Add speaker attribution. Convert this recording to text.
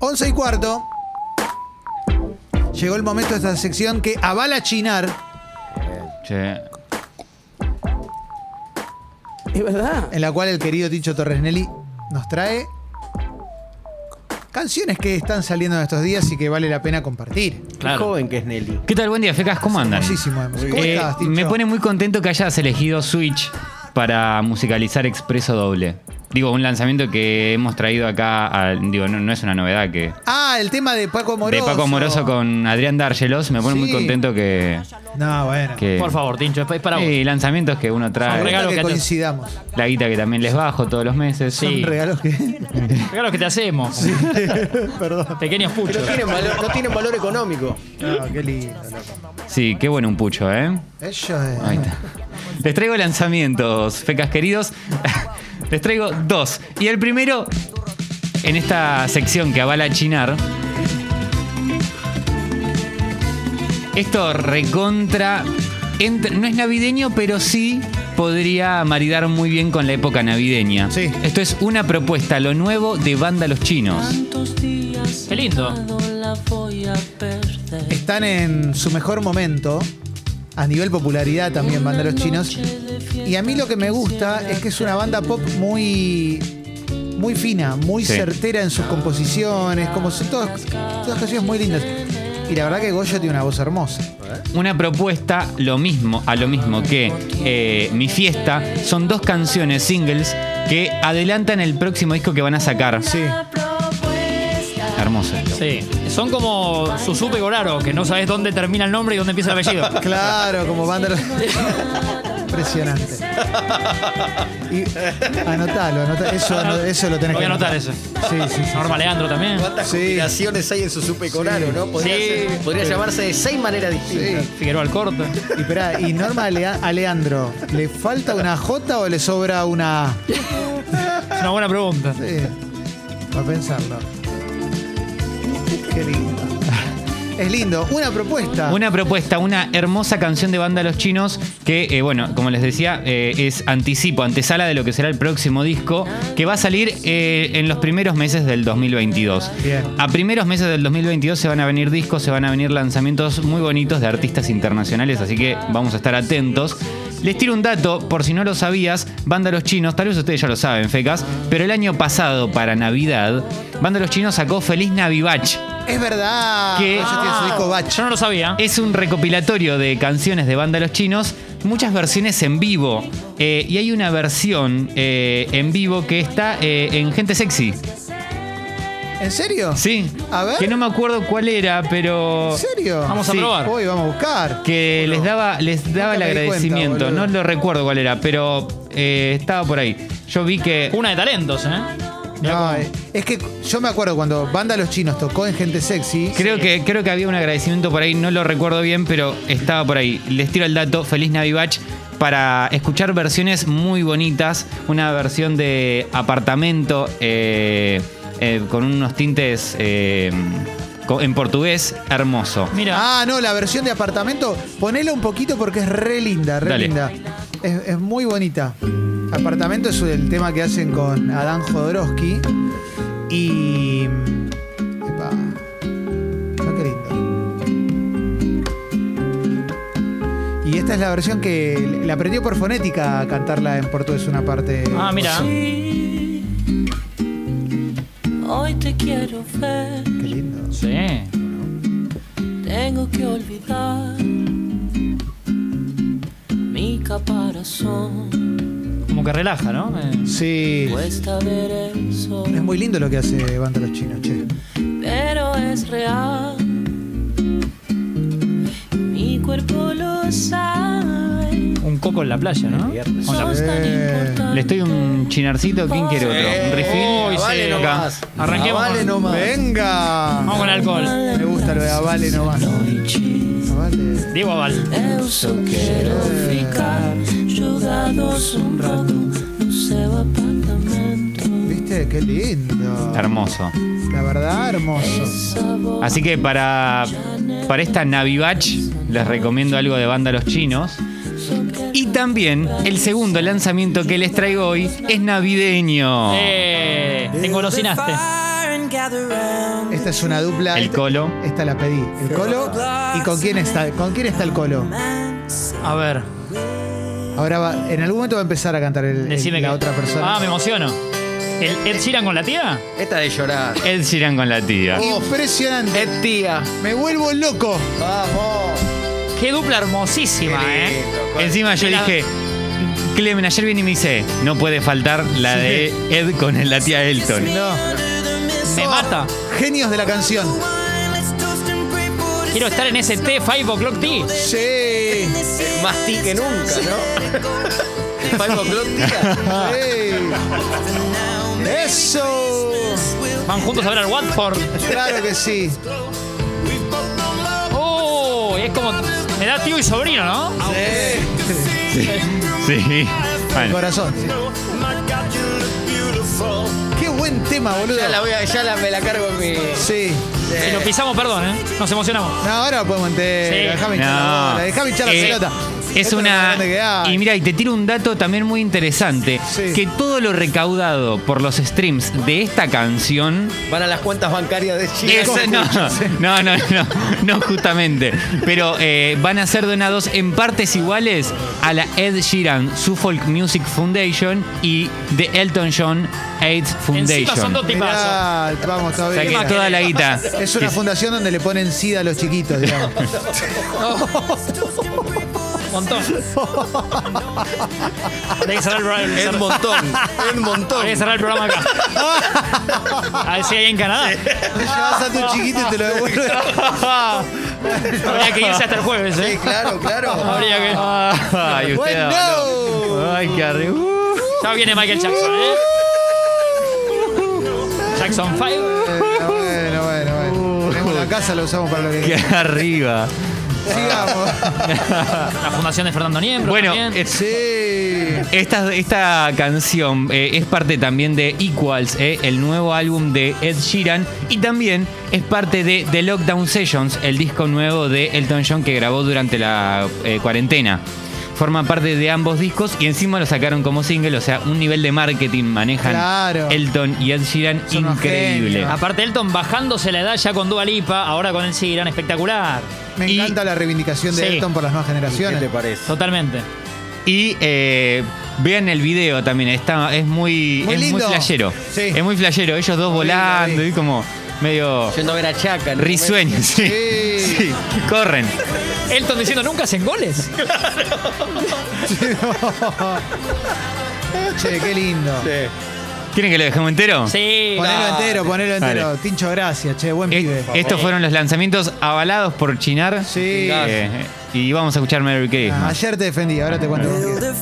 Speaker 1: 11 y cuarto. Llegó el momento de esta sección que avala chinar.
Speaker 2: Che.
Speaker 3: Es verdad.
Speaker 1: en la cual el querido Ticho Torres Nelly nos trae canciones que están saliendo en estos días y que vale la pena compartir.
Speaker 3: Qué
Speaker 2: Claro.
Speaker 3: joven que es Nelly.
Speaker 2: ¿Qué tal? Buen día, Fecas. ¿Cómo andan?
Speaker 1: Muchísimo. además. ¿Cómo
Speaker 2: Eh,
Speaker 1: estás, Ticho?
Speaker 2: me pone muy contento que hayas elegido Switch para musicalizar Expreso Doble. Digo, un lanzamiento que hemos traído acá, al- digo, no, no es una novedad que...
Speaker 1: Ah, el tema de Paco Moroso.
Speaker 2: De Paco Moroso con Adrián Dárgelos. Me pone muy
Speaker 1: Sí.
Speaker 2: contento que...
Speaker 1: No, bueno.
Speaker 2: que-
Speaker 4: Por favor, Tincho, es para vos.
Speaker 2: Sí, lanzamientos que uno
Speaker 1: Son
Speaker 2: trae.
Speaker 4: Son
Speaker 1: regalos
Speaker 4: regalo
Speaker 1: que,
Speaker 4: que haces.
Speaker 1: coincidamos.
Speaker 2: La guita que también les bajo todos los meses.
Speaker 1: Son
Speaker 4: Sí.
Speaker 1: regalos que.
Speaker 4: Regalos que te hacemos.
Speaker 1: Perdón.
Speaker 4: Pequeños
Speaker 3: Pero
Speaker 4: puchos.
Speaker 3: tienen valor- no tienen valor económico.
Speaker 1: No, qué lindo, loco.
Speaker 2: Sí, qué bueno un pucho, ¿eh?
Speaker 1: Ellos. eh,
Speaker 2: Ahí está. Les traigo lanzamientos, fecas queridos. Les traigo dos. Y el primero, en esta sección que avala Chinar. Esto recontra. entra- no es navideño, pero sí podría maridar muy bien con la época navideña.
Speaker 1: Sí.
Speaker 2: Esto es una propuesta, lo nuevo de Banda Los Chinos.
Speaker 4: Qué lindo.
Speaker 1: Están en su mejor momento. A nivel popularidad también, banda los chinos. Y a mí lo que me gusta es que es una banda pop muy. Muy fina, muy
Speaker 2: Sí.
Speaker 1: certera en sus composiciones, como son todas, todas canciones muy lindas. Y la verdad que Goyo tiene una voz hermosa.
Speaker 2: una propuesta lo mismo, a lo mismo que eh, Mi Fiesta. Son dos canciones, singles, que adelantan el próximo disco que van a sacar.
Speaker 1: Sí.
Speaker 2: Hermoso. esto.
Speaker 4: Sí. Son como Susupe Goraro, que no sabes dónde termina el nombre y dónde empieza el apellido.
Speaker 1: Claro, como banda. Impresionante. Y, anotalo, anota- Eso, ano- eso lo tenés
Speaker 4: Voy
Speaker 1: que
Speaker 4: a anotar eso.
Speaker 1: Sí, sí, sí.
Speaker 4: Norma Leandro también.
Speaker 3: ¿Cuántas
Speaker 1: Sí.
Speaker 3: combinaciones hay en su supe Coraro, no? Podría,
Speaker 4: Sí.
Speaker 3: ser- podría llamarse de seis maneras distintas.
Speaker 4: Figueroa Alcorta.
Speaker 1: Y, esperá, y Norma Alea- Aleandro, ¿le falta una J o le sobra una A?
Speaker 4: Es una buena pregunta.
Speaker 1: Sí, para pensarlo. Qué lindo. Es lindo. Una propuesta.
Speaker 2: Una propuesta, una hermosa canción de banda Los Chinos que, eh, bueno, como les decía, eh, es anticipo, antesala de lo que será el próximo disco que va a salir eh, en los primeros meses del 2022.
Speaker 1: Bien.
Speaker 2: A primeros meses del 2022 se van a venir discos, se van a venir lanzamientos muy bonitos de artistas internacionales, así que vamos a estar atentos. Les tiro un dato, por si no lo sabías, Banda Los Chinos, tal vez ustedes ya lo saben, fecas, pero el año pasado, para Navidad, Banda Los Chinos sacó Feliz Navivach.
Speaker 1: Es verdad.
Speaker 2: Que- Ah.
Speaker 1: Ellos tienen su disco Bach.
Speaker 4: Yo no lo sabía.
Speaker 2: Es un recopilatorio de canciones de banda Los Chinos, muchas versiones en vivo. Eh, y hay una versión eh, en vivo que está eh, en Gente Sexy.
Speaker 1: ¿En serio?
Speaker 2: Sí.
Speaker 1: A ver.
Speaker 2: Que no me acuerdo cuál era, pero.
Speaker 1: ¿En serio?
Speaker 4: Vamos a
Speaker 2: Sí.
Speaker 4: probar.
Speaker 1: Hoy vamos a buscar.
Speaker 2: Que les daba, les daba el
Speaker 1: Nunca me di
Speaker 2: agradecimiento.
Speaker 1: cuenta, boludo.
Speaker 2: no lo recuerdo cuál era, pero eh, estaba por ahí. Yo vi que.
Speaker 4: Una de talentos, ¿eh?
Speaker 1: No, eh, es que yo me acuerdo cuando Banda Los Chinos tocó en Gente Sexy.
Speaker 2: Creo, que, creo que había un agradecimiento por ahí, no lo recuerdo bien, pero estaba por ahí. Les tiro el dato, feliz Navivach, para escuchar versiones muy bonitas. Una versión de apartamento eh, eh, con unos tintes eh, co- en portugués, hermoso.
Speaker 4: Mira.
Speaker 1: Ah, no, la versión de apartamento. Ponela un poquito porque es re linda, re
Speaker 2: Dale.
Speaker 1: linda. Es, es muy bonita. Apartamento es el tema que hacen con Adán Jodorowsky. Y. Epa. Ah, qué lindo. Y esta es la versión que le aprendió por fonética a cantarla en portugués una parte.
Speaker 4: Ah, mira.
Speaker 5: Hoy te quiero ver,
Speaker 1: Qué lindo.
Speaker 4: Sí.
Speaker 5: tengo que olvidar mi caparazón.
Speaker 4: Como que relaja, ¿no? Eh,
Speaker 1: Sí.
Speaker 5: Cuesta ver el
Speaker 1: Es
Speaker 5: sol,
Speaker 1: muy lindo lo que hace Banda Los Chinos, che.
Speaker 5: pero es real. Mi cuerpo lo sabe.
Speaker 4: Un coco en la playa, ¿no? Con la-
Speaker 5: Sos tan
Speaker 1: Eh,
Speaker 5: importante.
Speaker 2: Le estoy un chinarcito, ¿quién quiere otro? ¿Un
Speaker 4: Uy,
Speaker 2: refill?
Speaker 3: Avale
Speaker 4: sí.
Speaker 3: nomás.
Speaker 2: Ah,
Speaker 4: Arranquemos.
Speaker 3: Avale nomás.
Speaker 1: ¡Venga!
Speaker 4: Vamos con alcohol.
Speaker 1: Me gusta lo de Avale nomás. Avale.
Speaker 4: Diego Aval.
Speaker 5: Eu só quero
Speaker 1: eh,
Speaker 5: ficar jogados um rato no seu apartamento.
Speaker 1: ¿Viste? Qué lindo.
Speaker 2: Hermoso.
Speaker 1: La verdad, hermoso.
Speaker 5: Sabor
Speaker 2: Así que para, para esta Navivach les recomiendo algo de banda Los Chinos. Y también el segundo lanzamiento que les traigo hoy es navideño.
Speaker 4: Eh, te engolosinaste.
Speaker 6: Fire and
Speaker 1: Esta es una dupla.
Speaker 2: El Colo.
Speaker 1: Esta la pedí. El Colo. ¿Y con quién está? ¿Con quién está el Colo?
Speaker 4: A ver,
Speaker 1: Ahora va, en algún momento va a empezar a cantar el, el-
Speaker 4: decime
Speaker 1: la
Speaker 4: que-
Speaker 1: otra persona.
Speaker 4: Ah, me emociono. ¿El Ed Sheeran con la tía?
Speaker 3: Esta de llorar.
Speaker 2: Ed Sheeran con la tía.
Speaker 1: Impresionante.
Speaker 3: Es tía.
Speaker 1: Me vuelvo loco.
Speaker 3: Vamos.
Speaker 4: Qué dupla hermosísima, ¿eh?
Speaker 2: Encima yo
Speaker 4: La-
Speaker 2: dije, Clemen, ayer viene y me dice, no puede faltar la de Ed con la tía Elton.
Speaker 1: No.
Speaker 4: Me mata.
Speaker 1: Genios de la canción.
Speaker 4: Quiero estar en ese T, 5 o'clock T.
Speaker 1: Sí.
Speaker 3: Más ti que nunca, ¿no? Palmo Clot, tía.
Speaker 1: Sí. Eso.
Speaker 4: Van juntos a ver al Watford.
Speaker 1: Claro que sí.
Speaker 4: ¡Oh! Es como. Me da tío y sobrino, ¿no?
Speaker 2: Sí. Bueno,
Speaker 1: Corazón. sí. Qué buen tema, boludo.
Speaker 3: Ya la voy a, ya la, me la cargo en mi.
Speaker 1: Sí.
Speaker 4: Si lo pisamos, perdón, ¿eh? Nos emocionamos.
Speaker 1: No, ahora lo podemos entender.
Speaker 4: Sí.
Speaker 1: Dejame hinchar la
Speaker 2: no.
Speaker 1: bola. Dejame hinchar la
Speaker 2: Eh,
Speaker 1: pelota.
Speaker 2: Es
Speaker 1: Esto lo
Speaker 2: una.
Speaker 1: grande que hay.
Speaker 2: Y mira, y te tiro un dato también muy interesante:
Speaker 1: Sí.
Speaker 2: que todo lo recaudado por los streams de esta canción.
Speaker 3: Van a las cuentas bancarias de Chile.
Speaker 2: es- no, no, no, no, no, justamente. Pero eh, van a ser donados en partes iguales a la Ed Sheeran Suffolk Music Foundation y The Elton John AIDS
Speaker 4: Encima
Speaker 2: Foundation.
Speaker 4: son dos tipazos.
Speaker 1: Mirá, vamos
Speaker 2: O sea
Speaker 1: todavía.
Speaker 2: que toda la guita.
Speaker 1: Es una
Speaker 2: que-
Speaker 1: fundación donde le ponen sida a los chiquitos, digamos.
Speaker 4: Montón. Hay que cerrar el programa.
Speaker 3: Es un montón. Es un montón.
Speaker 4: Hay que cerrar el programa acá. A ver si hay en Canadá.
Speaker 1: Te llevas a tu chiquito y te lo devuelves.
Speaker 4: Habría que irse hasta el jueves, ¿eh?
Speaker 3: Sí, claro, claro.
Speaker 4: Habría que.
Speaker 2: Ay, usted
Speaker 1: Bueno.
Speaker 2: habló. Ay, qué arre- Uh.
Speaker 4: Ya viene Michael Jackson, ¿eh? Jackson 5.
Speaker 1: Bueno, bueno, bueno, bueno. Tenemos la casa, la usamos para lo
Speaker 2: Qué
Speaker 1: que
Speaker 2: arriba.
Speaker 1: sigamos.
Speaker 4: La fundación de Fernando Niembro.
Speaker 2: Bueno,
Speaker 4: también.
Speaker 2: es-
Speaker 1: Sí.
Speaker 2: esta, esta canción eh, es parte también de Equals, eh, el nuevo álbum de Ed Sheeran, y también es parte de The Lockdown Sessions, el disco nuevo de Elton John que grabó durante la eh, cuarentena. Forma parte de ambos discos y encima lo sacaron como single, o sea, un nivel de marketing manejan
Speaker 1: Claro.
Speaker 2: Elton y Ed Sheeran
Speaker 1: Son unos
Speaker 2: increíble.
Speaker 1: genios.
Speaker 4: Aparte, Elton bajándose la edad ya con Dua Lipa, ahora con el Siran, espectacular.
Speaker 1: Me
Speaker 2: Y-
Speaker 1: encanta la reivindicación de
Speaker 4: Sí.
Speaker 1: Elton por las nuevas generaciones.
Speaker 3: parece?
Speaker 4: Totalmente.
Speaker 2: Y eh, vean el video también, está, es muy,
Speaker 1: Muy
Speaker 2: es
Speaker 1: lindo.
Speaker 2: muy flashero.
Speaker 1: Sí.
Speaker 2: Es muy flashero, ellos dos
Speaker 1: Muy lindo,
Speaker 2: volando
Speaker 1: sí.
Speaker 2: y como medio
Speaker 3: Yendo a ver a Chaca. en un
Speaker 2: risueños. Sí.
Speaker 1: Sí.
Speaker 2: Sí. corren.
Speaker 4: Elton diciendo nunca hacen goles.
Speaker 1: Che, qué lindo.
Speaker 3: momento.
Speaker 2: ¿Quieren que lo dejemos entero?
Speaker 4: Sí.
Speaker 1: Ponelo entero, ponelo entero.
Speaker 2: Dale. eh,
Speaker 1: Tincho, gracias, che, buen
Speaker 2: Es-
Speaker 1: pibe.
Speaker 2: estos fueron los lanzamientos avalados por Chinar.
Speaker 1: Sí.
Speaker 2: Eh, y vamos a escuchar Merry Christmas.
Speaker 1: Ayer te defendí, ahora te cuento.